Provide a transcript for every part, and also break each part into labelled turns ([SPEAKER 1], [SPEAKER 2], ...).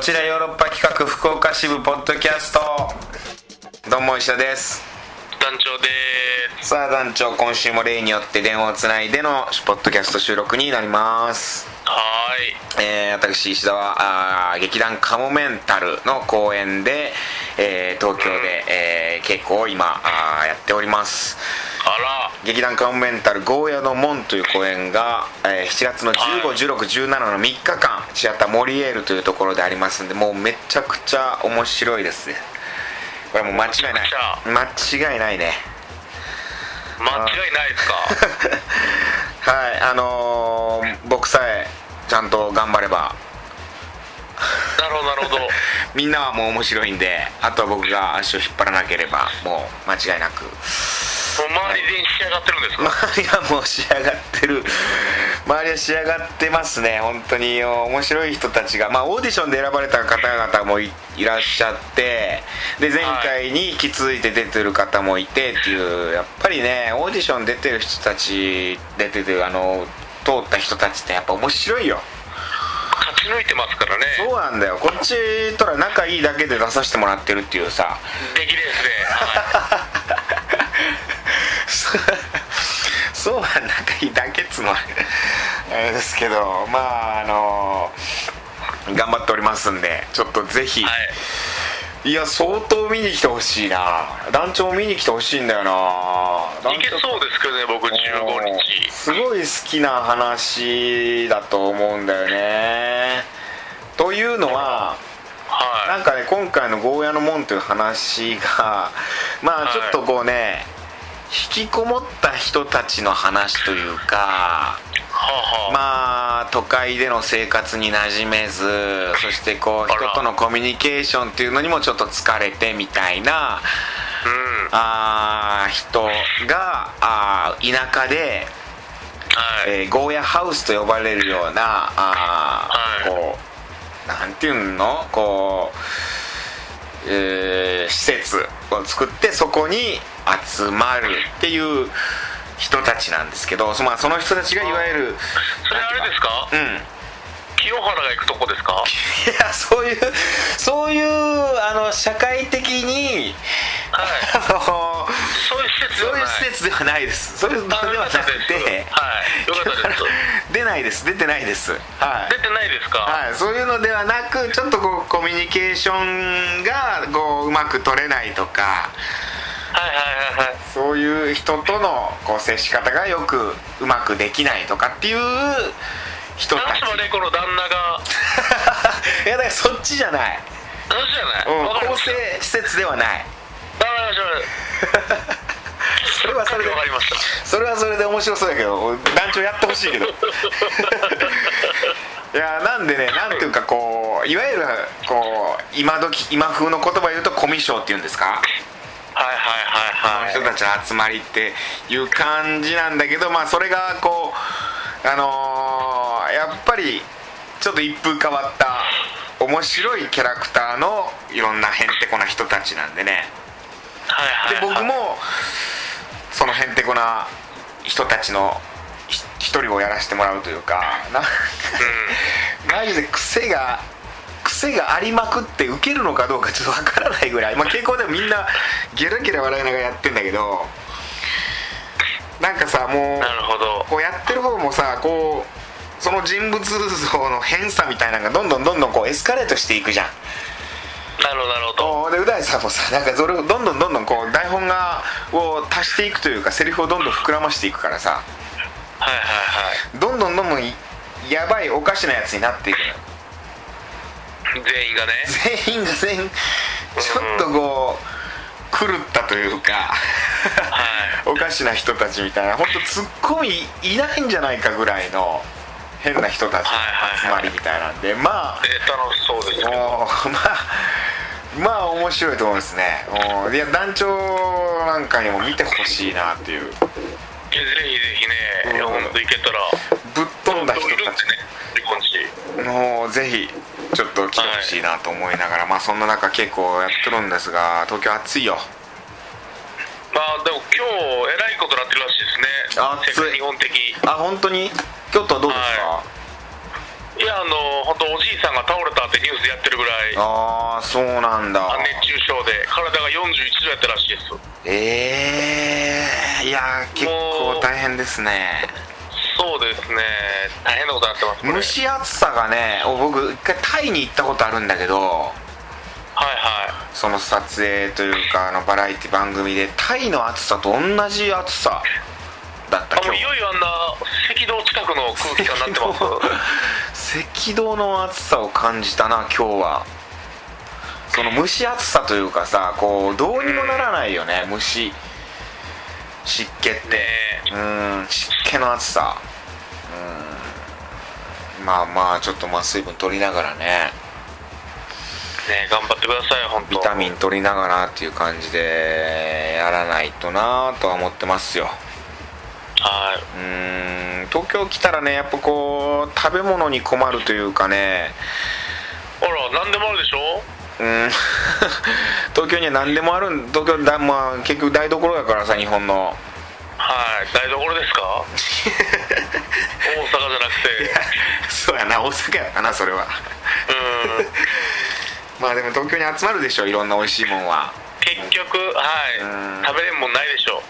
[SPEAKER 1] ちらヨーロッパ企画福岡支部ポッドキャストどうも石田です
[SPEAKER 2] 団長でーす
[SPEAKER 1] さあ団長今週も例によって電話をつないでのポッドキャスト収録になります
[SPEAKER 2] はーい
[SPEAKER 1] えー私石田はあー劇団カモメンタルの公演で、えー東京で、えー稽古を今あーやっております
[SPEAKER 2] あ
[SPEAKER 1] 劇団カモメンタルゴーヤの門という公演が、えー7月の151617の3日間シアターモリエールというところであらりますんでもうめちゃくちゃ面白いですねこれはもう間違いない
[SPEAKER 2] めちゃ
[SPEAKER 1] 間違いないね
[SPEAKER 2] ら間違いないです か
[SPEAKER 1] はいあのー僕さえちゃんと頑張れば
[SPEAKER 2] なるほどなるほど
[SPEAKER 1] みんなはもう面白いんであとは僕が足を引っ張らなければもう間違いなく
[SPEAKER 2] もう周り全員仕上がってるんですか、
[SPEAKER 1] 周りはもう仕上がってる周りは仕上がってますね本当に面白い人たちがまあオーディションで選ばれた方々もいいらっしゃってで前回に気づいて出てる方もいてっていうやっぱりねオーディション出てる人たち出てるあの通った人たちってやっぱ面白いよ
[SPEAKER 2] 勝ち抜いてますからね
[SPEAKER 1] そうなんだよこっちとら仲いいだけで出させてもらってるっていうさ
[SPEAKER 2] 出来レースで、はい、
[SPEAKER 1] そ そうは仲いいだけっつもあれあれですけどまああの頑張っておりますんでちょっとぜひ、
[SPEAKER 2] はい、
[SPEAKER 1] い、や相当見に来てほしいな団長も見に来てほしいんだよな団
[SPEAKER 2] いけ
[SPEAKER 1] 長
[SPEAKER 2] そうですけどね僕15日
[SPEAKER 1] すごい好きな話だと思うんだよねというのは
[SPEAKER 2] は
[SPEAKER 1] なんかね今回の「ゴーヤの門」という話がまあ
[SPEAKER 2] はい
[SPEAKER 1] ちょっとこうね、引きこもった人たちの話というか
[SPEAKER 2] いはあ、はあ、
[SPEAKER 1] まあ都会での生活に馴染めずそしてこう
[SPEAKER 2] あら
[SPEAKER 1] 人とのコミュニケーションっていうのにもちょっと疲れてみたいな
[SPEAKER 2] うん
[SPEAKER 1] あー人があー田舎で
[SPEAKER 2] はい、
[SPEAKER 1] えーゴーヤハウスと呼ばれるようなあー、
[SPEAKER 2] はい
[SPEAKER 1] こうなんていうのこう、えー施設を作ってそこに集まるっていう人たちなんですけどそ,、まあ、その人たちがいわゆる
[SPEAKER 2] それあれですか
[SPEAKER 1] うん い
[SPEAKER 2] 清原が行くとこですか
[SPEAKER 1] やそういうそういうあの社会的に
[SPEAKER 2] はい
[SPEAKER 1] あの
[SPEAKER 2] そういう施設で
[SPEAKER 1] そう
[SPEAKER 2] は
[SPEAKER 1] いう
[SPEAKER 2] ない
[SPEAKER 1] 施設ではないですそういうので
[SPEAKER 2] あよ
[SPEAKER 1] は
[SPEAKER 2] か
[SPEAKER 1] なく
[SPEAKER 2] った
[SPEAKER 1] て
[SPEAKER 2] ですはいよかった です
[SPEAKER 1] 出ないです出てないですはい
[SPEAKER 2] 出てないですか、
[SPEAKER 1] はい、そういうのではなくちょっとこうコミュニケーションがこううまく取れないとか
[SPEAKER 2] はいはいはいはい
[SPEAKER 1] そういう人とのこう接し方がよくうまくできないとかっていう人た
[SPEAKER 2] 長
[SPEAKER 1] ち
[SPEAKER 2] 島玲子の旦那が
[SPEAKER 1] いやだからそっちじゃない、
[SPEAKER 2] そうじゃ
[SPEAKER 1] う
[SPEAKER 2] ない、
[SPEAKER 1] ん
[SPEAKER 2] わかりま
[SPEAKER 1] 構
[SPEAKER 2] し
[SPEAKER 1] 成
[SPEAKER 2] た
[SPEAKER 1] 施設ではない
[SPEAKER 2] わかりまし
[SPEAKER 1] そ
[SPEAKER 2] た
[SPEAKER 1] れはそれで
[SPEAKER 2] わかりました
[SPEAKER 1] それはそれで面白そうだけど団長やってほしいけど いやなんでねなんていうかこういわゆるこう今時今風の言葉で言うとコミショっていうんですか
[SPEAKER 2] はいはいはいはい
[SPEAKER 1] 人たちの集まりっていう感じなんだけど、まあ、それがこう、あのーやっぱりちょっと一風変わった面白いキャラクターのいろんなへんてこな人たちなんでね
[SPEAKER 2] はい
[SPEAKER 1] で
[SPEAKER 2] はい
[SPEAKER 1] 僕もそのへんてこな人たちのひ一人をやらせてもらうというかなマジで癖が癖がありまくってウケるのかどうかちょっとわからないぐらい、まあ、傾向でもみんなゲラゲラ笑いながらやってんだけどなんかさも
[SPEAKER 2] なる
[SPEAKER 1] う
[SPEAKER 2] ほど
[SPEAKER 1] こうやってる方もさこうその人物像の変さみたいなのがどんどんどんどんこうエスカレートしていくじゃん
[SPEAKER 2] なるほどなるほど
[SPEAKER 1] おーでう大さんもさなんかそれをどんどんどんどんこう台本がを足していくというかセリフをどんどん膨らましていくからさ
[SPEAKER 2] はいはい
[SPEAKER 1] どんどんどんどんいやばいおかしなやつになっていくのよ
[SPEAKER 2] はい全員がね
[SPEAKER 1] 全員が全員ちょっとこう狂ったというか
[SPEAKER 2] は
[SPEAKER 1] おかしな人たちみたいな本当ツッコミいないんじゃないかぐらいの変な人たちの集まりみたいなんでまあ
[SPEAKER 2] えー楽しそうですけど
[SPEAKER 1] もう まあまあ面白いと思いますねもういや団長なんかにも見てほしいなっていう
[SPEAKER 2] ぜひぜひねいや
[SPEAKER 1] うん
[SPEAKER 2] 本当行けたら
[SPEAKER 1] ぶっ飛んだ人
[SPEAKER 2] いるんで
[SPEAKER 1] た
[SPEAKER 2] ね日本人
[SPEAKER 1] ちもうぜひちょっと来てほしいなと思いながら、まあそんな中結構やってるんですが東京暑いよ
[SPEAKER 2] まあでも今日えらいことなってるらしいですね
[SPEAKER 1] あ暑い
[SPEAKER 2] 世界日本的
[SPEAKER 1] あ本当に京都はどうですか、
[SPEAKER 2] はいやあの本当おじいさんが倒れたってニュースでやってるぐらい
[SPEAKER 1] ああそうなんだ
[SPEAKER 2] あ熱中症で体が41度やったらしいです
[SPEAKER 1] ええー、いやー結構大変ですね
[SPEAKER 2] そうですね大変なことになってますこれ
[SPEAKER 1] 蒸し暑さがねお僕一回タイに行ったことあるんだけど
[SPEAKER 2] はいは
[SPEAKER 1] その撮影というかあのバラエティ番組でタイの暑さと同じ暑さだった
[SPEAKER 2] いあもういよいよあんな赤道近くの空気感になってま す
[SPEAKER 1] 赤道の暑さを感じたな今日はその蒸し暑さというかさこうどうにもならないよね蒸し湿気っ
[SPEAKER 2] ね
[SPEAKER 1] てうん湿気の暑さうんまあまあちょっとまあ水分取りながらね
[SPEAKER 2] ね頑張ってください本当
[SPEAKER 1] ビタミン取りながらっていう感じでやらないとなとは思ってますよ
[SPEAKER 2] はいう
[SPEAKER 1] ーん東京来たらねやっぱこう食べ物に困るというかね
[SPEAKER 2] あら何でもあるでしょ
[SPEAKER 1] うん 東京には何でもあるん東京だ、まあ、結局台所だからさ日本の
[SPEAKER 2] はい台所ですか大阪じゃなくて
[SPEAKER 1] そうやな大阪やかなそれは
[SPEAKER 2] うん
[SPEAKER 1] まあでも東京に集まるでしょいろんな美味しいもんは
[SPEAKER 2] 結局は
[SPEAKER 1] うん
[SPEAKER 2] い食べれんもんないでしょ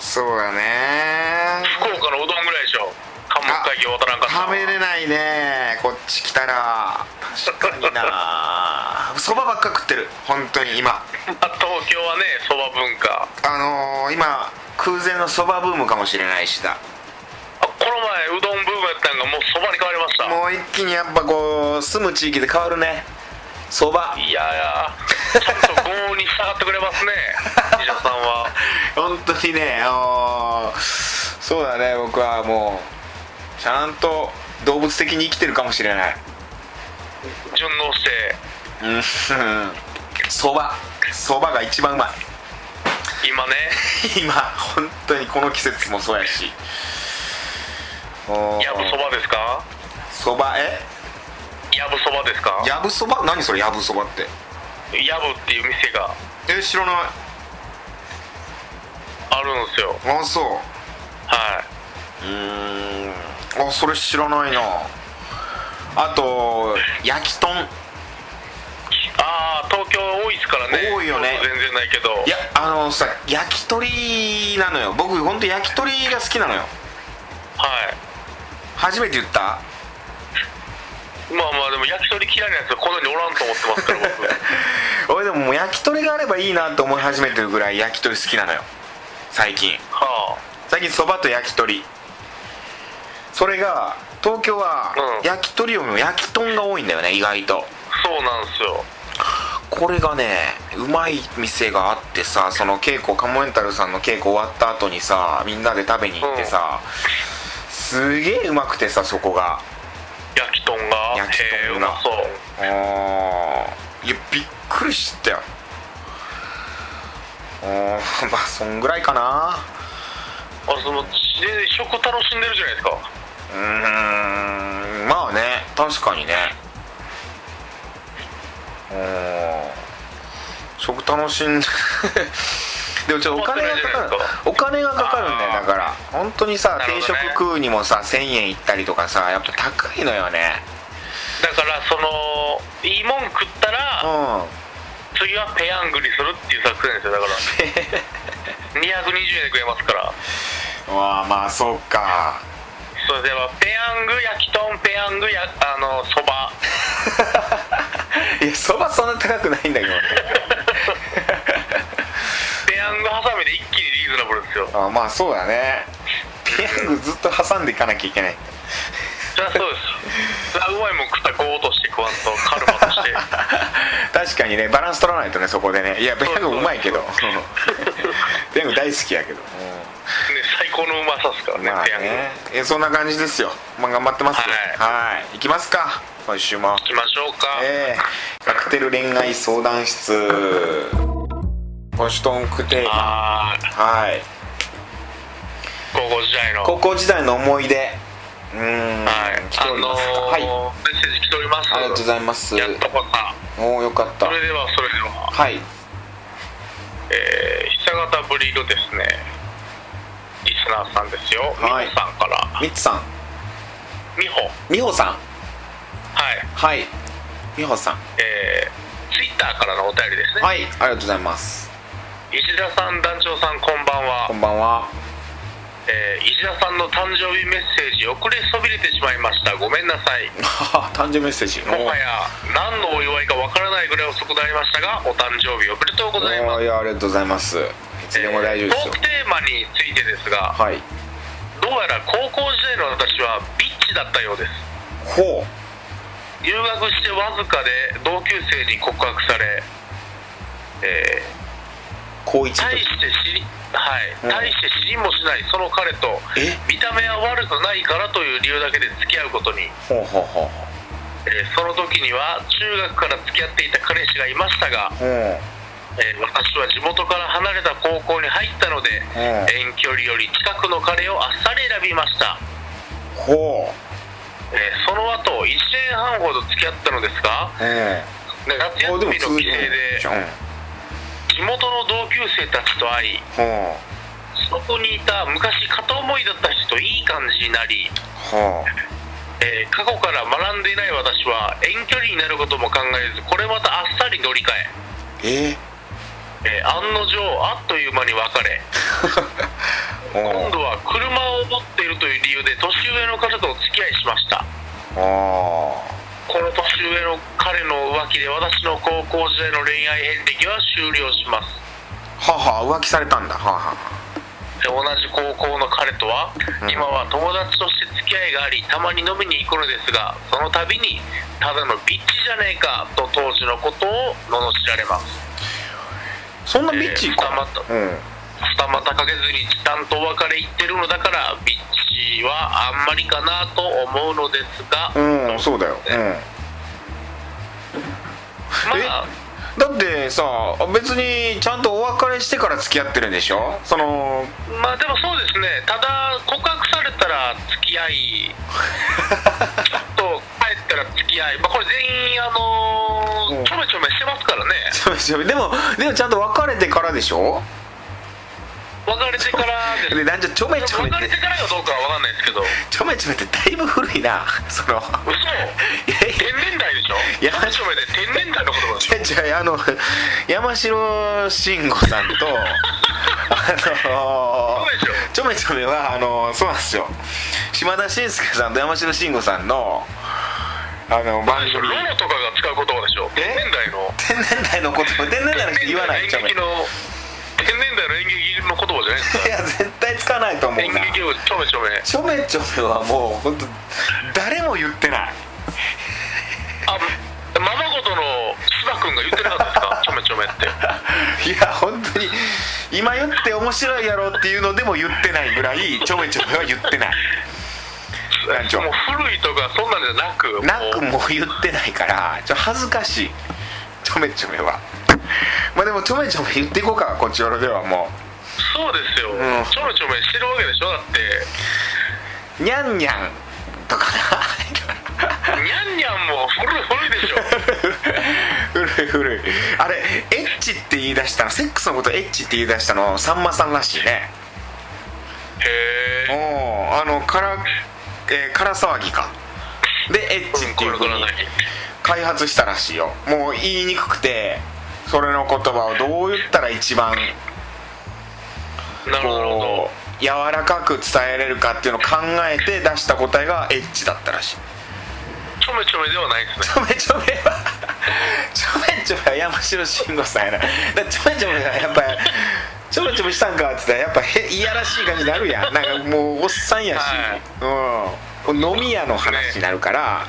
[SPEAKER 1] そうだね
[SPEAKER 2] 福岡のうどんぐらいでしょ関門海峡渡らんかった
[SPEAKER 1] 食べれないねこっち来たら確かにな そばばっか食ってる本当に今
[SPEAKER 2] まあ東京はねそば文化
[SPEAKER 1] あのー今空前のそばブームかもしれないしだ
[SPEAKER 2] あこの前うどんブームやったんがもうそばに変わりました
[SPEAKER 1] もう一気にやっぱこう住む地域で変わるねそば
[SPEAKER 2] いやいやちゃんと合に従ってくれ ますね西田さんは
[SPEAKER 1] 本当にねあのーそうだね僕はもうちゃんと動物的に生きてるかもしれない
[SPEAKER 2] 順応して
[SPEAKER 1] うん そばそばが一番うまい
[SPEAKER 2] 今ね
[SPEAKER 1] 今本当にこの季節もそうやし
[SPEAKER 2] やぶそばですか
[SPEAKER 1] そばえ
[SPEAKER 2] やぶそばですか
[SPEAKER 1] やぶそば何それやぶそばって
[SPEAKER 2] やぶっていう店が
[SPEAKER 1] え知らない
[SPEAKER 2] あるんですよ
[SPEAKER 1] あそう
[SPEAKER 2] はいう
[SPEAKER 1] ーんあそれ知らないなあと焼き豚
[SPEAKER 2] ああ東京多いですからね
[SPEAKER 1] 多いよね
[SPEAKER 2] 全然ないけど
[SPEAKER 1] いやあのさ焼き鳥なのよ僕本当焼き鳥が好きなのよ
[SPEAKER 2] はい
[SPEAKER 1] 初めて言った
[SPEAKER 2] まあまあでも焼き鳥嫌いなやつはこの世におらんと思ってます から僕
[SPEAKER 1] 俺でももう焼き鳥があればいいなと思い始めてるぐらい焼き鳥好きなのよ最近
[SPEAKER 2] は
[SPEAKER 1] 最近そばと焼き鳥それが東京は
[SPEAKER 2] うん
[SPEAKER 1] 焼き鳥よりも焼き豚が多いんだよね意外と
[SPEAKER 2] あそうなんですよ
[SPEAKER 1] これがねうまい店があってさその稽古カモエンタルさんの稽古終わった後にさみんなで食べに行ってさ、すげえうまくてさそこが
[SPEAKER 2] 焼き豚が
[SPEAKER 1] 焼き
[SPEAKER 2] えー
[SPEAKER 1] 豚が
[SPEAKER 2] うまそう
[SPEAKER 1] あーいやびっくりしたよあーまあそんぐらいかな
[SPEAKER 2] あその全然食楽しんでるじゃないですか
[SPEAKER 1] うーんまあね確かにねうん食楽しん でもちょっとお金がかかるお金がかかるんだよ
[SPEAKER 2] あ
[SPEAKER 1] だ
[SPEAKER 2] ー
[SPEAKER 1] から本当にさ、
[SPEAKER 2] なる
[SPEAKER 1] 定
[SPEAKER 2] ほど
[SPEAKER 1] 食
[SPEAKER 2] ね
[SPEAKER 1] 食うにもさ1000円いったりとかさやっぱ高いのよね
[SPEAKER 2] だからそのいいもん食った
[SPEAKER 1] う
[SPEAKER 2] ら
[SPEAKER 1] ん
[SPEAKER 2] 次はペヤングにするっていう作戦ですよだから220円で食えますから
[SPEAKER 1] まあまあそうか
[SPEAKER 2] それではペヤング焼き豚ペヤングやあのそば
[SPEAKER 1] いやそばそんな高くないんだけどね
[SPEAKER 2] ペヤングハサミで一気にリーズナブルですよ
[SPEAKER 1] あまあそうだねペヤングずっと挟んでいかなきゃいけない
[SPEAKER 2] そりゃそうですよそりゃうまいもん食ったらゴーとして食わんとカルマ として
[SPEAKER 1] 確かにねバランス取らないとねそこでねいやペヤングうまい けどペヤング大好きやけど、
[SPEAKER 2] ね最高のうまさですからね,、
[SPEAKER 1] まあ
[SPEAKER 2] ペヤング
[SPEAKER 1] ねえそんな感じですよ、まあ、頑張ってますよはい行きますか今週も
[SPEAKER 2] 行きましょうか、
[SPEAKER 1] ええカクテル恋愛相談室ポシュトンクテイは
[SPEAKER 2] ああ
[SPEAKER 1] い
[SPEAKER 2] 高校時代の
[SPEAKER 1] 高校時代の思い出うーん、
[SPEAKER 2] はい
[SPEAKER 1] 来
[SPEAKER 2] あ
[SPEAKER 1] ておりますか
[SPEAKER 2] のー
[SPEAKER 1] はい
[SPEAKER 2] メッセージ来ております
[SPEAKER 1] ありがとうございます
[SPEAKER 2] やったこさ
[SPEAKER 1] おおよかった
[SPEAKER 2] それではそれでは
[SPEAKER 1] はい
[SPEAKER 2] えー、久方ぶりのですねリスナーさんですよ、
[SPEAKER 1] はい
[SPEAKER 2] みほさんから
[SPEAKER 1] みつさん
[SPEAKER 2] みほ
[SPEAKER 1] みほさ
[SPEAKER 2] はい
[SPEAKER 1] はい美穂さん
[SPEAKER 2] えー、ツイッターからのお便りですね、
[SPEAKER 1] はいありがとうございます
[SPEAKER 2] 石田さん団長さんこんばんは
[SPEAKER 1] こんばんは
[SPEAKER 2] えー石田さんの誕生日メッセージ遅れそびれてしまいましたごめんなさい
[SPEAKER 1] はは誕生メッセージ
[SPEAKER 2] もはや何のお祝いかわからないぐらい遅くなりましたがお誕生日おめでとうご
[SPEAKER 1] お
[SPEAKER 2] ざいま
[SPEAKER 1] ー
[SPEAKER 2] す
[SPEAKER 1] いやありがとうございますいつでも大丈夫です
[SPEAKER 2] えートー
[SPEAKER 1] よ
[SPEAKER 2] クテーマについてですが
[SPEAKER 1] はい
[SPEAKER 2] どうやら高校時代の私はビッチだったようです
[SPEAKER 1] ほ
[SPEAKER 2] 入学してわずかで同級生に告白され、えー
[SPEAKER 1] う高一と
[SPEAKER 2] 大して知りはい
[SPEAKER 1] うん
[SPEAKER 2] 大して知りもしないその彼と
[SPEAKER 1] え
[SPEAKER 2] 見た目は悪くないからという理由だけで付き合うことに、
[SPEAKER 1] ほうほうほう
[SPEAKER 2] えーその時には中学から付き合っていた彼氏がいましたが、
[SPEAKER 1] ほううん
[SPEAKER 2] えー私は地元から離れた高校に入ったので、
[SPEAKER 1] ん
[SPEAKER 2] 遠距離より近くの彼をあっさり選びました、
[SPEAKER 1] ほ
[SPEAKER 2] えーその後1年半ほど付き合ったのですが
[SPEAKER 1] ううん
[SPEAKER 2] 夏休みの帰省
[SPEAKER 1] て
[SPEAKER 2] で
[SPEAKER 1] うん
[SPEAKER 2] 地元の同級生たちと会い
[SPEAKER 1] ほう
[SPEAKER 2] そこにいた昔片思いだった人といい感じになり、
[SPEAKER 1] ほ
[SPEAKER 2] えー過去から学んでいない私は遠距離になることも考えずこれまたあっさり乗り換
[SPEAKER 1] うえ
[SPEAKER 2] ええー案の定あっという間に別れ
[SPEAKER 1] ほ
[SPEAKER 2] 今
[SPEAKER 1] う
[SPEAKER 2] 度は車を持っているという理由で年上の彼とお付き合いしました
[SPEAKER 1] ほ
[SPEAKER 2] この年上の彼の浮気で私の高校時代の恋愛遍歴は終了します
[SPEAKER 1] うはは浮気されたんだはは
[SPEAKER 2] で同じ高校の彼とは
[SPEAKER 1] うん
[SPEAKER 2] 今は友達として付き合いがありたまに飲みに行くのですがその度にただのビッチじゃねえかと当時のことを罵られます
[SPEAKER 1] そんなビッチ
[SPEAKER 2] えー
[SPEAKER 1] か
[SPEAKER 2] 二股
[SPEAKER 1] うん
[SPEAKER 2] 二股かけずに時短とお別れ行ってるのだからビッチはあんまりかなと思うのですが、
[SPEAKER 1] うんそうだよ、
[SPEAKER 2] ねまあ
[SPEAKER 1] うん、だってさ別にちゃんとお別れしてから付き合ってるんでしょその
[SPEAKER 2] まあでもそうですねただ告白されたら付き合いちょっと帰ったら付き合い、まあ、これ全員あの
[SPEAKER 1] うん
[SPEAKER 2] ーちょめちょめしてますからね
[SPEAKER 1] そうそうでもでもちゃんと別れてからでしょ
[SPEAKER 2] 別れてからです
[SPEAKER 1] で男 女ちょめちょめっ
[SPEAKER 2] 別れ
[SPEAKER 1] て
[SPEAKER 2] てからかどうかは分かんないですけど
[SPEAKER 1] ちょめちょめってだいぶ古いなその
[SPEAKER 2] 嘘
[SPEAKER 1] いやい
[SPEAKER 2] 天然代でしょ
[SPEAKER 1] いや
[SPEAKER 2] ちょめで天然代のことでしょ
[SPEAKER 1] やじゃああの山城慎吾さんとあの
[SPEAKER 2] そうでしょ
[SPEAKER 1] ちょめちょめはあのそうなんですよ島田紳介さんと山城慎吾さんのあの番組
[SPEAKER 2] ロロとかが使う言葉でしょ天
[SPEAKER 1] え
[SPEAKER 2] 然代の
[SPEAKER 1] 天然代の言葉天然代の人言わない
[SPEAKER 2] 演
[SPEAKER 1] ちょめ
[SPEAKER 2] 劇の天然代の演劇の言葉じゃないですか
[SPEAKER 1] いや絶対使わないと思う
[SPEAKER 2] 演
[SPEAKER 1] な
[SPEAKER 2] 劇をちょめちょめ
[SPEAKER 1] ちょめちょめはもう本当誰も言ってない
[SPEAKER 2] あ、ままごとの須田君が言ってな かったですか、ちょめちょめって。
[SPEAKER 1] いや本当に今言って面白いやろっていうのでも言ってないぐらいちょめちょめは言ってない団長
[SPEAKER 2] もう古いとか、そんなんじゃなく、もう
[SPEAKER 1] なくも言ってないからちょ恥ずかしいちょめちょめはまあでもちょめちょめ言っていこうかこっちよろではも
[SPEAKER 2] そうですよ、
[SPEAKER 1] ん
[SPEAKER 2] ちょめちょめしてるわけでしょ、だって、
[SPEAKER 1] うにゃんにゃんとか
[SPEAKER 2] にゃんにゃんも古い古いで しょ。
[SPEAKER 1] な古い古いあれエッチって言い出したのセックスのことエッチって言い出したのさんまさんらしいね
[SPEAKER 2] へ
[SPEAKER 1] お
[SPEAKER 2] え。
[SPEAKER 1] おあのから、えー、から騒ぎかでエッチっていうふうに開発したらしいよもう言いにくくてそれの言葉をどう言ったら一番
[SPEAKER 2] な
[SPEAKER 1] こ
[SPEAKER 2] るほど。
[SPEAKER 1] う柔らかく伝えれるかっていうのを考えて出した答えがエッチだったらしい
[SPEAKER 2] ちょめちょめではないです
[SPEAKER 1] ち
[SPEAKER 2] ね。
[SPEAKER 1] ょめちょめはちょめちょめは山城慎吾さんやなだからちょめちょめはやっぱちょめちょめしたんかっつったらやっぱへいやらしい感じになるやんなんかもうおっさんやし、うん飲み屋の話になるから、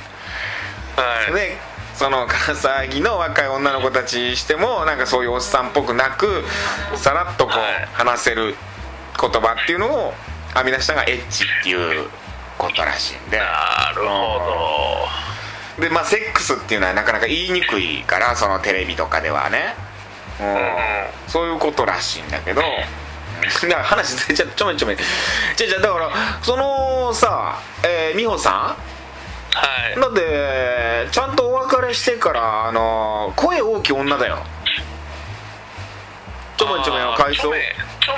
[SPEAKER 2] はい。
[SPEAKER 1] でその唐騒ぎの若い女の子たちにしてもなんかそういうおっさんっぽくなくさらっとこ
[SPEAKER 2] はいう
[SPEAKER 1] 話せる言葉っていうのを編み出したのがエッチっていうことらしいんで
[SPEAKER 2] なるほ
[SPEAKER 1] でまあセックスっていうのはなかなか言いにくいからそのテレビとかではね、うん
[SPEAKER 2] ん
[SPEAKER 1] そういうことらしいんだけどだから話ずれちゃうちょめちょめじゃあじゃあだからそのさ、えー美穂さん
[SPEAKER 2] ど。はい。
[SPEAKER 1] だってちゃんとお別れしてからあの声大きい女だよちょめちょめの回数
[SPEAKER 2] あーちょめ、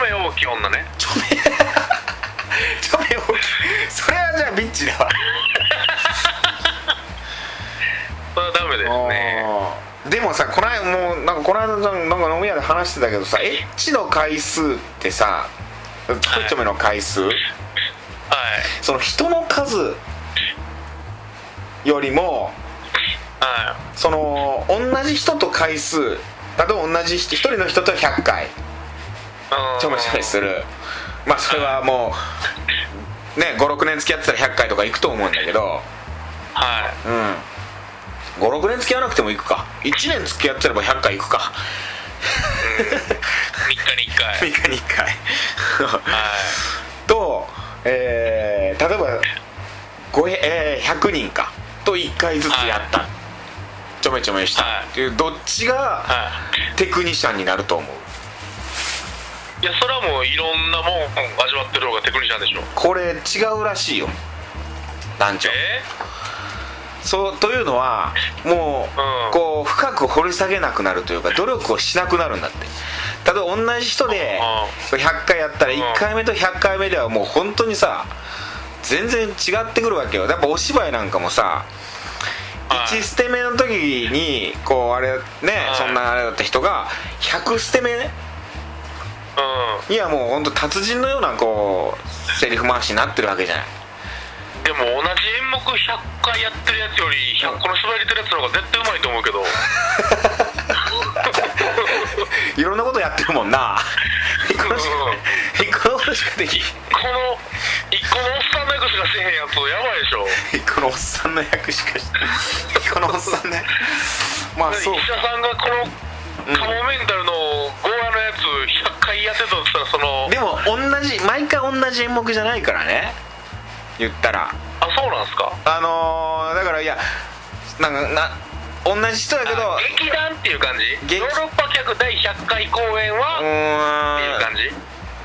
[SPEAKER 2] ちょめ大きい女ね。
[SPEAKER 1] ちょめ ちょめ大きいそれはじゃあビッチだわ
[SPEAKER 2] ですね
[SPEAKER 1] うんでもさこの間もうなんかこの間なんか飲み屋で話してたけどさエッチの回数ってさちょいちょめの回数、
[SPEAKER 2] はい
[SPEAKER 1] その人の数よりも
[SPEAKER 2] はい
[SPEAKER 1] その同じ人と回数だと同じ人一人の人と100回
[SPEAKER 2] うん
[SPEAKER 1] ちょめちょめするまあそれはもうね56年付き合ってたら100回とか行くと思うんだけど
[SPEAKER 2] はい
[SPEAKER 1] うん56年付き合わなくても行くか1年付き合ってれば100回行くか
[SPEAKER 2] 3日に1回
[SPEAKER 1] 3日に1回
[SPEAKER 2] はい
[SPEAKER 1] と、えー例えば、5えー100人かと1回ずつやった、ちょめちょめした、
[SPEAKER 2] はい
[SPEAKER 1] っていうどっちが
[SPEAKER 2] は
[SPEAKER 1] テクニシャンになると思う
[SPEAKER 2] いいやそれはもういろんなもん味わってる方がテクニシャンでしょ
[SPEAKER 1] これ違うらしいよ団長
[SPEAKER 2] え
[SPEAKER 1] そうというのはもう、
[SPEAKER 2] うん
[SPEAKER 1] こう深く掘り下げなくなるというか努力をしなくなるんだって例えば同じ人で100回やったら
[SPEAKER 2] うん
[SPEAKER 1] 1回目と100回目ではもう本当にさ全然違ってくるわけよやっぱお芝居なんかもさ
[SPEAKER 2] はい
[SPEAKER 1] 1捨て目の時にこうあれね
[SPEAKER 2] い
[SPEAKER 1] そんなあれだった人が100捨て目
[SPEAKER 2] うん
[SPEAKER 1] にはもう本当達人のようなこうセリフ回しになってるわけじゃない
[SPEAKER 2] でも同じ演目100回やってるやつより100個の芝居入れてるやつの方が絶対うまいと思 うけど
[SPEAKER 1] いろんなことやってるもんな 一個のし
[SPEAKER 2] う
[SPEAKER 1] 一個のことしかできん
[SPEAKER 2] この1個のおっさんの役しかせえへんやつやばいでしょ
[SPEAKER 1] 一個のおっさんの役しかして一個のおっさんねまあ
[SPEAKER 2] 石
[SPEAKER 1] そう
[SPEAKER 2] 田さんがこのカモメンタルのゴアのやつ100回やってたとしたらその
[SPEAKER 1] でも同じ毎回同じ演目じゃないからね言ったら
[SPEAKER 2] あそうなんすか
[SPEAKER 1] あのー、だからいやなんかな同じ人だけど
[SPEAKER 2] あ劇団っていう感じ
[SPEAKER 1] 劇
[SPEAKER 2] ヨーロッパ客第100回公演
[SPEAKER 1] う
[SPEAKER 2] はっていう
[SPEAKER 1] ー
[SPEAKER 2] 感
[SPEAKER 1] ん
[SPEAKER 2] じ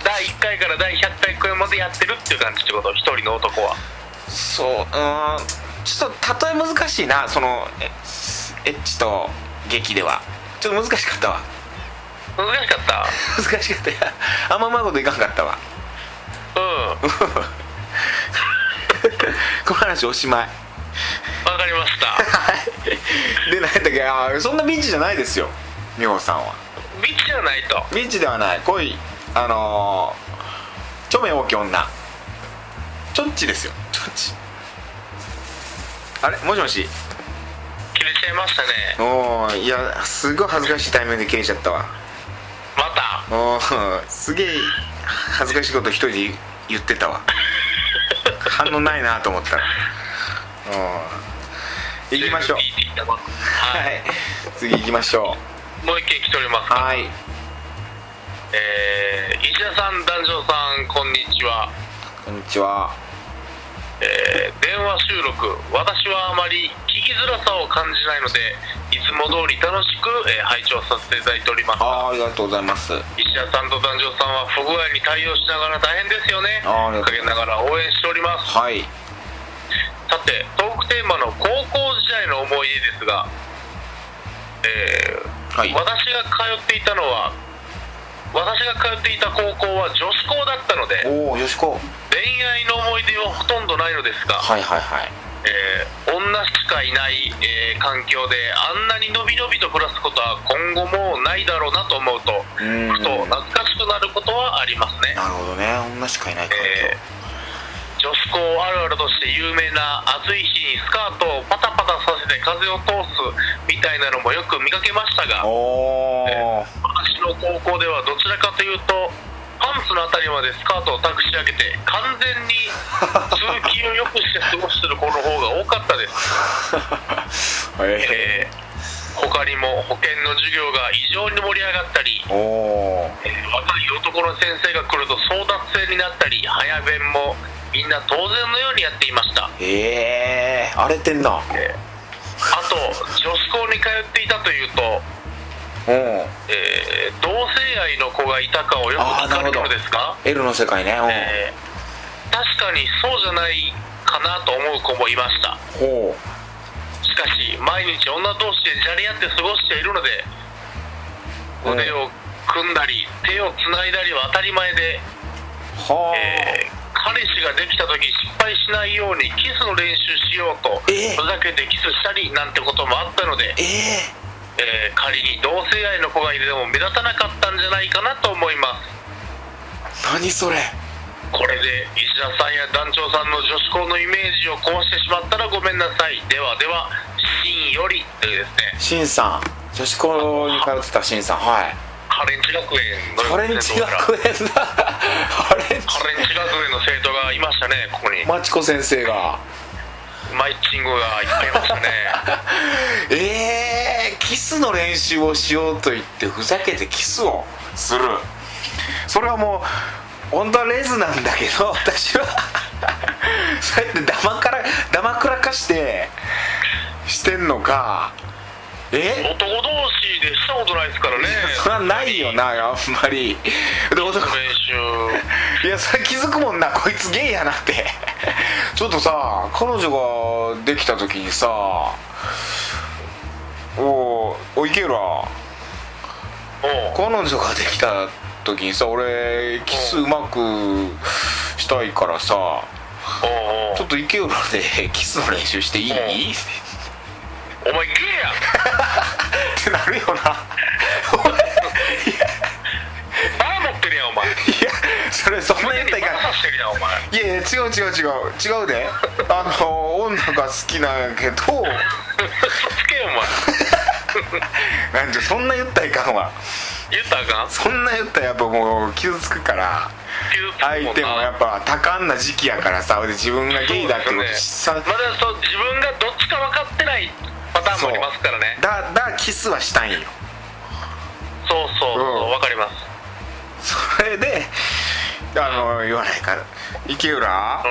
[SPEAKER 2] 第1回から第100回公演までやってるっていう感じってこと一人の男は
[SPEAKER 1] そううーんちょっと例え難しいなそのエエッチと劇ではちょっと難しかったわ
[SPEAKER 2] 難しかった
[SPEAKER 1] 難しかったいやあんまうまいこといかんかったわ
[SPEAKER 2] うんわ
[SPEAKER 1] この話おしまい
[SPEAKER 2] かりました
[SPEAKER 1] で何やったっけあーそんなビンチじゃないですよ美穂さんは
[SPEAKER 2] ビッチじゃないと
[SPEAKER 1] ビンチではない恋あのー、ちょめ大きい女ちょっちですよちょっちあれもしもし
[SPEAKER 2] 切れちゃいましたね
[SPEAKER 1] おーいやすごい恥ずかしいタイミングで切れちゃったわ
[SPEAKER 2] また
[SPEAKER 1] おーすげえ恥ずかしいこと一人で言ってたわ反応ないなと思ったらおー行きましょう
[SPEAKER 2] LGBT だわ
[SPEAKER 1] は
[SPEAKER 2] はい
[SPEAKER 1] い次行きましょ
[SPEAKER 2] もう一件来ております
[SPEAKER 1] うはい
[SPEAKER 2] えー、石田さん、男女さん、こんにちは、
[SPEAKER 1] こんにちは
[SPEAKER 2] えー電話収録、私はあまり聞きづらさを感じないので、いつも通り楽しく、えー、拝聴させていただいております
[SPEAKER 1] あ。あありがとうございます
[SPEAKER 2] 石田さんと男女さんは不具合に対応しながら大変ですよね。
[SPEAKER 1] あーありがとうございます
[SPEAKER 2] 陰ながら応援しております。
[SPEAKER 1] はい
[SPEAKER 2] さてトークテーマの高校時代の思い出ですが、えー
[SPEAKER 1] はい
[SPEAKER 2] 私が通っていたのは私が通っていた高校は女子校だったので
[SPEAKER 1] おおよしこ
[SPEAKER 2] 恋愛の思い出はほとんどないのですが、
[SPEAKER 1] はいはいはい
[SPEAKER 2] えー女しかいない、えー環境であんなにのびのびと暮らすことは今後もないだろうなと思うと
[SPEAKER 1] うん
[SPEAKER 2] ふと懐かしくなることはありますね
[SPEAKER 1] なるほどね女しかいない環
[SPEAKER 2] えー女子校あるあるとして有名な暑い日にスカートをパタパタさせて風を通すみたいなのもよく見かけましたが
[SPEAKER 1] 境おお、
[SPEAKER 2] 私の高校ではどちらかというとパンツのあたりまでスカートをたくし上げて完全に通勤を良くして過ごしてる子の方が多かったです
[SPEAKER 1] え
[SPEAKER 2] えー他にも保健の授業が異常に盛り上がったり、
[SPEAKER 1] おお
[SPEAKER 2] えー若い男の先生が来ると争奪戦になったり早弁もみんな当然のようにやっていました
[SPEAKER 1] ええー、荒れてんな
[SPEAKER 2] あと女子校に通っていたというと、
[SPEAKER 1] うん
[SPEAKER 2] えー同性愛の子がいたかをよく聞かれるのですが、
[SPEAKER 1] L の世界ねうん、
[SPEAKER 2] えー確かにそうじゃないかなと思う子もいました
[SPEAKER 1] ほ
[SPEAKER 2] しかし毎日女同士でじゃれ合って過ごしているので
[SPEAKER 1] うん
[SPEAKER 2] 腕を組んだり手をつないだりは当たり前で、
[SPEAKER 1] うはあ、
[SPEAKER 2] えー彼氏ができた時失敗しないようにキスの練習しようと
[SPEAKER 1] えー
[SPEAKER 2] ふざけてキスしたりなんてこともあったので、
[SPEAKER 1] ええ
[SPEAKER 2] えー仮に同性愛の子がいても目立たなかったんじゃないかなと思います
[SPEAKER 1] 何それ
[SPEAKER 2] これで石田さんや団長さんの女子校のイメージを壊してしまったらごめんなさいではでは真よりというです
[SPEAKER 1] し
[SPEAKER 2] ね
[SPEAKER 1] んさん女子校に通ってたしんさんはい
[SPEAKER 2] ハレンチ学園の
[SPEAKER 1] ハレンチ学園だ ハレンチ
[SPEAKER 2] ハレンチ学園の生徒がいましたねここに
[SPEAKER 1] マチコ先生が
[SPEAKER 2] マイチングがいっぱいいましたね
[SPEAKER 1] ええキスの練習をしようと言ってふざけてキスをするそれはもう本当はレズなんだけど私はそうやってだまからだまくらかしてしてんのかえ
[SPEAKER 2] 男同士でしたことないですからね
[SPEAKER 1] それはないよなあんまりで男
[SPEAKER 2] 練習
[SPEAKER 1] いやそれ気づくもんなこいつゲイやなってちょっとさ彼女ができた時にさ「おうおいけら
[SPEAKER 2] おう
[SPEAKER 1] 彼女ができた時にさ俺キスうまくしたいからさ
[SPEAKER 2] おうおう
[SPEAKER 1] ちょっと池浦でキスの練習していい?」
[SPEAKER 2] うん
[SPEAKER 1] っ
[SPEAKER 2] お前ゲイや
[SPEAKER 1] てなるよな
[SPEAKER 2] バー持ってるやん お前
[SPEAKER 1] いやそれそんな
[SPEAKER 2] 胸
[SPEAKER 1] 言っ
[SPEAKER 2] に
[SPEAKER 1] た
[SPEAKER 2] バ
[SPEAKER 1] らいかん
[SPEAKER 2] ーさしてるやんお前
[SPEAKER 1] いやいや違う違う違う違うであの女が好きなんやけど
[SPEAKER 2] 嘘つけよお前
[SPEAKER 1] なんじゃそんな言ったらいかんわ
[SPEAKER 2] 言ったら あかん
[SPEAKER 1] そんな言ったらやっぱもう傷つくから
[SPEAKER 2] 傷つくんな
[SPEAKER 1] 相手もやっぱ多感な時期やからさで自分がゲイだってことしさ
[SPEAKER 2] そうですねまだそう自分がどっちか分かってないパターンもありますからね
[SPEAKER 1] だだキスはしたいんよ
[SPEAKER 2] そうそうそう、
[SPEAKER 1] うん
[SPEAKER 2] 分かります
[SPEAKER 1] それであの言わないから池浦
[SPEAKER 2] うんあ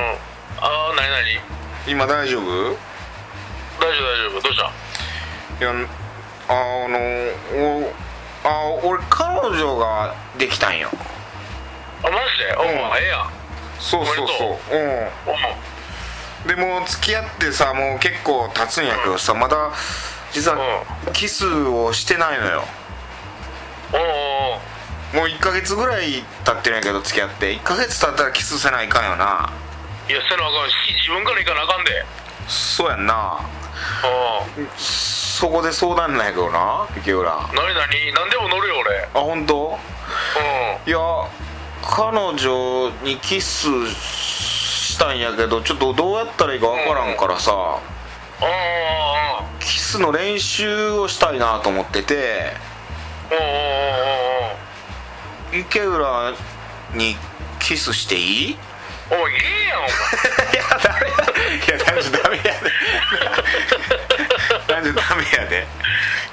[SPEAKER 2] あなになに
[SPEAKER 1] 今大丈夫
[SPEAKER 2] 大丈夫大丈夫どうした
[SPEAKER 1] いやあのおあ俺彼女ができたんよ
[SPEAKER 2] あマジでおう
[SPEAKER 1] うん
[SPEAKER 2] ええやん
[SPEAKER 1] そうそうそううん
[SPEAKER 2] おう
[SPEAKER 1] でもう付き合ってさもう結構経つんやけどさまだ実はキスをしてないのよ
[SPEAKER 2] おうおう
[SPEAKER 1] もう1ヶ月ぐらい経ってるんやけど付き合って1ヶ月経ったらキスせないかんよない
[SPEAKER 2] やせなあかんし自分から行かなあかんで
[SPEAKER 1] そうやんな
[SPEAKER 2] おう
[SPEAKER 1] そこで相談なんやけどな池浦あ
[SPEAKER 2] なになに何でも乗るよ俺
[SPEAKER 1] 本当
[SPEAKER 2] うん
[SPEAKER 1] いや彼女にキスしたんやけどちょっとどうやったらいいかわからんからさ
[SPEAKER 2] おう
[SPEAKER 1] キスの練習をしたいなと思ってて
[SPEAKER 2] おうおうおうおうおう
[SPEAKER 1] 池浦にキスしていい
[SPEAKER 2] おい、いいやん、お前。
[SPEAKER 1] いやダメやいや男女ダメやで男女ダメやで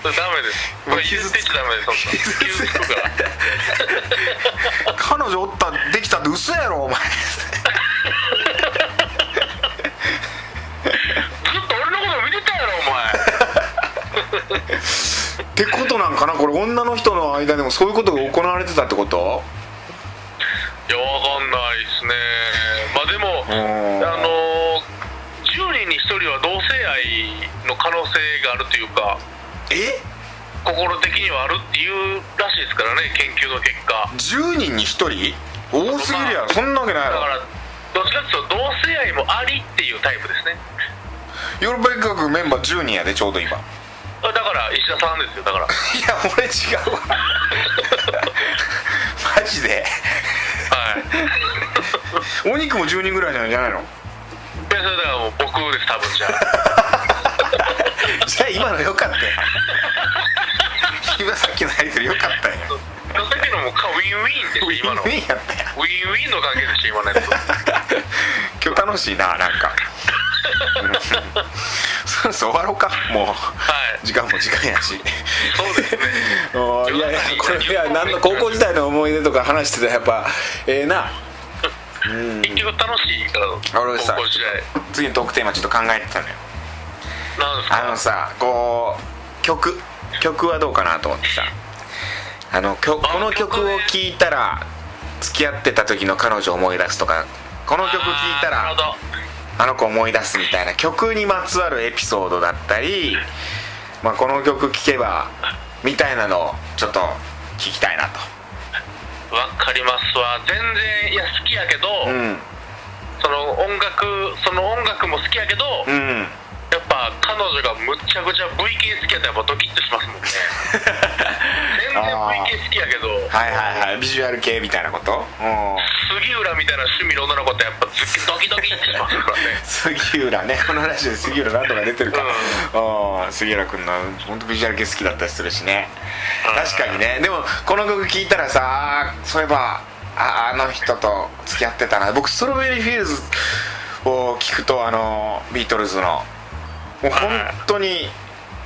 [SPEAKER 2] それダメです。こ
[SPEAKER 1] もう
[SPEAKER 2] れ、
[SPEAKER 1] 傷
[SPEAKER 2] 傷
[SPEAKER 1] つ
[SPEAKER 2] ついちゃダメです、そんな。傷つくから。
[SPEAKER 1] 彼女おったできたって嘘やろお前
[SPEAKER 2] ずっと俺のこと見てたやろ、お前。
[SPEAKER 1] ってことなんかなこれ女の人の間でもそういうことが行われてたってこと
[SPEAKER 2] いや、わかんないですね。まあ、でも、
[SPEAKER 1] ん
[SPEAKER 2] あのー、10人に1人は同性愛の可能性があるというか、
[SPEAKER 1] え
[SPEAKER 2] 心的にはあるっていうらしいですからね、研究の結果。
[SPEAKER 1] 10人に1人多すぎるやろそんなわけないや
[SPEAKER 2] だか
[SPEAKER 1] ろ
[SPEAKER 2] ら、どっちかっていうと、同性愛もありっていうタイプですね。
[SPEAKER 1] ヨーロッパ企画メンバー10人やでちょうど今いや
[SPEAKER 2] だから、石田さんですよ、だから。
[SPEAKER 1] 俺違うわマジで
[SPEAKER 2] はい。
[SPEAKER 1] お肉も10人ぐらいなんじゃないの
[SPEAKER 2] いやそれだからもう僕です、多分じゃあ。
[SPEAKER 1] じゃあ今のよかったよ今さっきのやり取りよかったよ
[SPEAKER 2] だけどもうかウィンウィンですよ今の ウ
[SPEAKER 1] ウ
[SPEAKER 2] ィンウ
[SPEAKER 1] ィンやったよ
[SPEAKER 2] ィンの関係ですよ今のやつ
[SPEAKER 1] 今日楽しいななんか うんそろそろ終わろうかもう、
[SPEAKER 2] はい
[SPEAKER 1] 時間も時間やし
[SPEAKER 2] そうですね
[SPEAKER 1] おーいやいやこれいや何の高校時代の思い出とか話してたらやっぱええなうん
[SPEAKER 2] 結局楽しいから
[SPEAKER 1] 俺さ
[SPEAKER 2] 高校時代
[SPEAKER 1] 次のトークテーマちょっと考えてたのよ
[SPEAKER 2] なんです
[SPEAKER 1] あ
[SPEAKER 2] か
[SPEAKER 1] のさこう曲曲はどうかなと思ってさあのきょこの曲を聴いたら付き合ってた時の彼女を思い出すとかこの曲聴いた
[SPEAKER 2] あ
[SPEAKER 1] ら
[SPEAKER 2] ーなるほど
[SPEAKER 1] あの子思い出すみたいな曲にまつわるエピソードだったり、まあ、この曲聴けばみたいなのをちょっと聞きたいなと
[SPEAKER 2] わかりますわ全然いや好きやけど、
[SPEAKER 1] うん
[SPEAKER 2] その音楽その音楽も好きやけど、
[SPEAKER 1] う
[SPEAKER 2] やっ
[SPEAKER 1] ん
[SPEAKER 2] ぱ彼女がむっちゃくちゃ V 系好きやったらやっぱドキッとしますもんね全然
[SPEAKER 1] あー
[SPEAKER 2] V 系好きやけど
[SPEAKER 1] はいはいはいビジュアル系みたいなことうん
[SPEAKER 2] 杉浦みたいな趣味の女の子ってやっぱずっドキドキってしますから ね
[SPEAKER 1] 杉浦ねこのラジオで杉浦何とか出てるかうん杉浦君の本当ビジュアル系好きだったりするしね
[SPEAKER 2] うん
[SPEAKER 1] 確かにねでもこの曲聴いたらさあーそういえばああの人と付き合ってたな僕ストロベリーフィールズを聴くとあのビートルズのもう本当に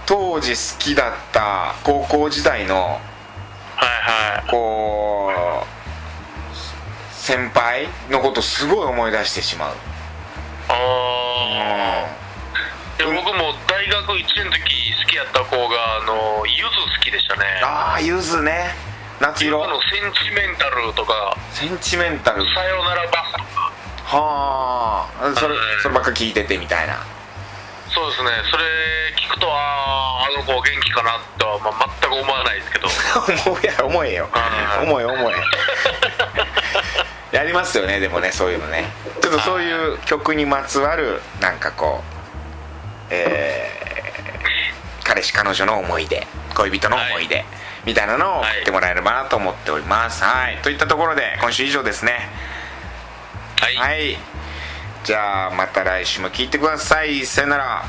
[SPEAKER 1] 当時好きだった高校時代の
[SPEAKER 2] はいはい
[SPEAKER 1] こう先輩のことすごい思い出してしまう
[SPEAKER 2] ああで僕も大学1年の時好きやった子があのゆず好きでしたね
[SPEAKER 1] ああゆずね夏
[SPEAKER 2] ゆずの
[SPEAKER 1] 色
[SPEAKER 2] センチメンタルとか
[SPEAKER 1] センチメンタル
[SPEAKER 2] さよならバスとか
[SPEAKER 1] はあそれ
[SPEAKER 2] うん
[SPEAKER 1] そればっか聞いててみたいな
[SPEAKER 2] そうですねそれ聞くとあああの子元気かなとは、まあ、全く思わないですけど
[SPEAKER 1] 思うや思えよ
[SPEAKER 2] うん
[SPEAKER 1] 思え思えやりますよねでもねそういうのねちょっとそういう曲にまつわるなんかこうえー彼氏彼女の思い出恋人の思い出、みたいなのを送ってもらえればなと思っておりますはいといったところで今週以上ですね
[SPEAKER 2] はい、はい、
[SPEAKER 1] はいじゃあまた来週も聞いてくださいさよなら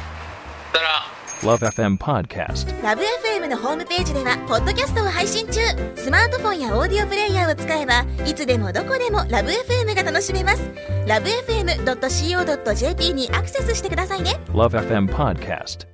[SPEAKER 2] たら
[SPEAKER 3] Love FM Podcast.
[SPEAKER 4] ラブ f m のホームページではポッドキャストを配信中スマートフォンやオーディオプレイヤーを使えばいつでもどこでもラブ f m が楽しめますラブ FM.co.jp にアクセスしてくださいね
[SPEAKER 3] Love FM Podcast.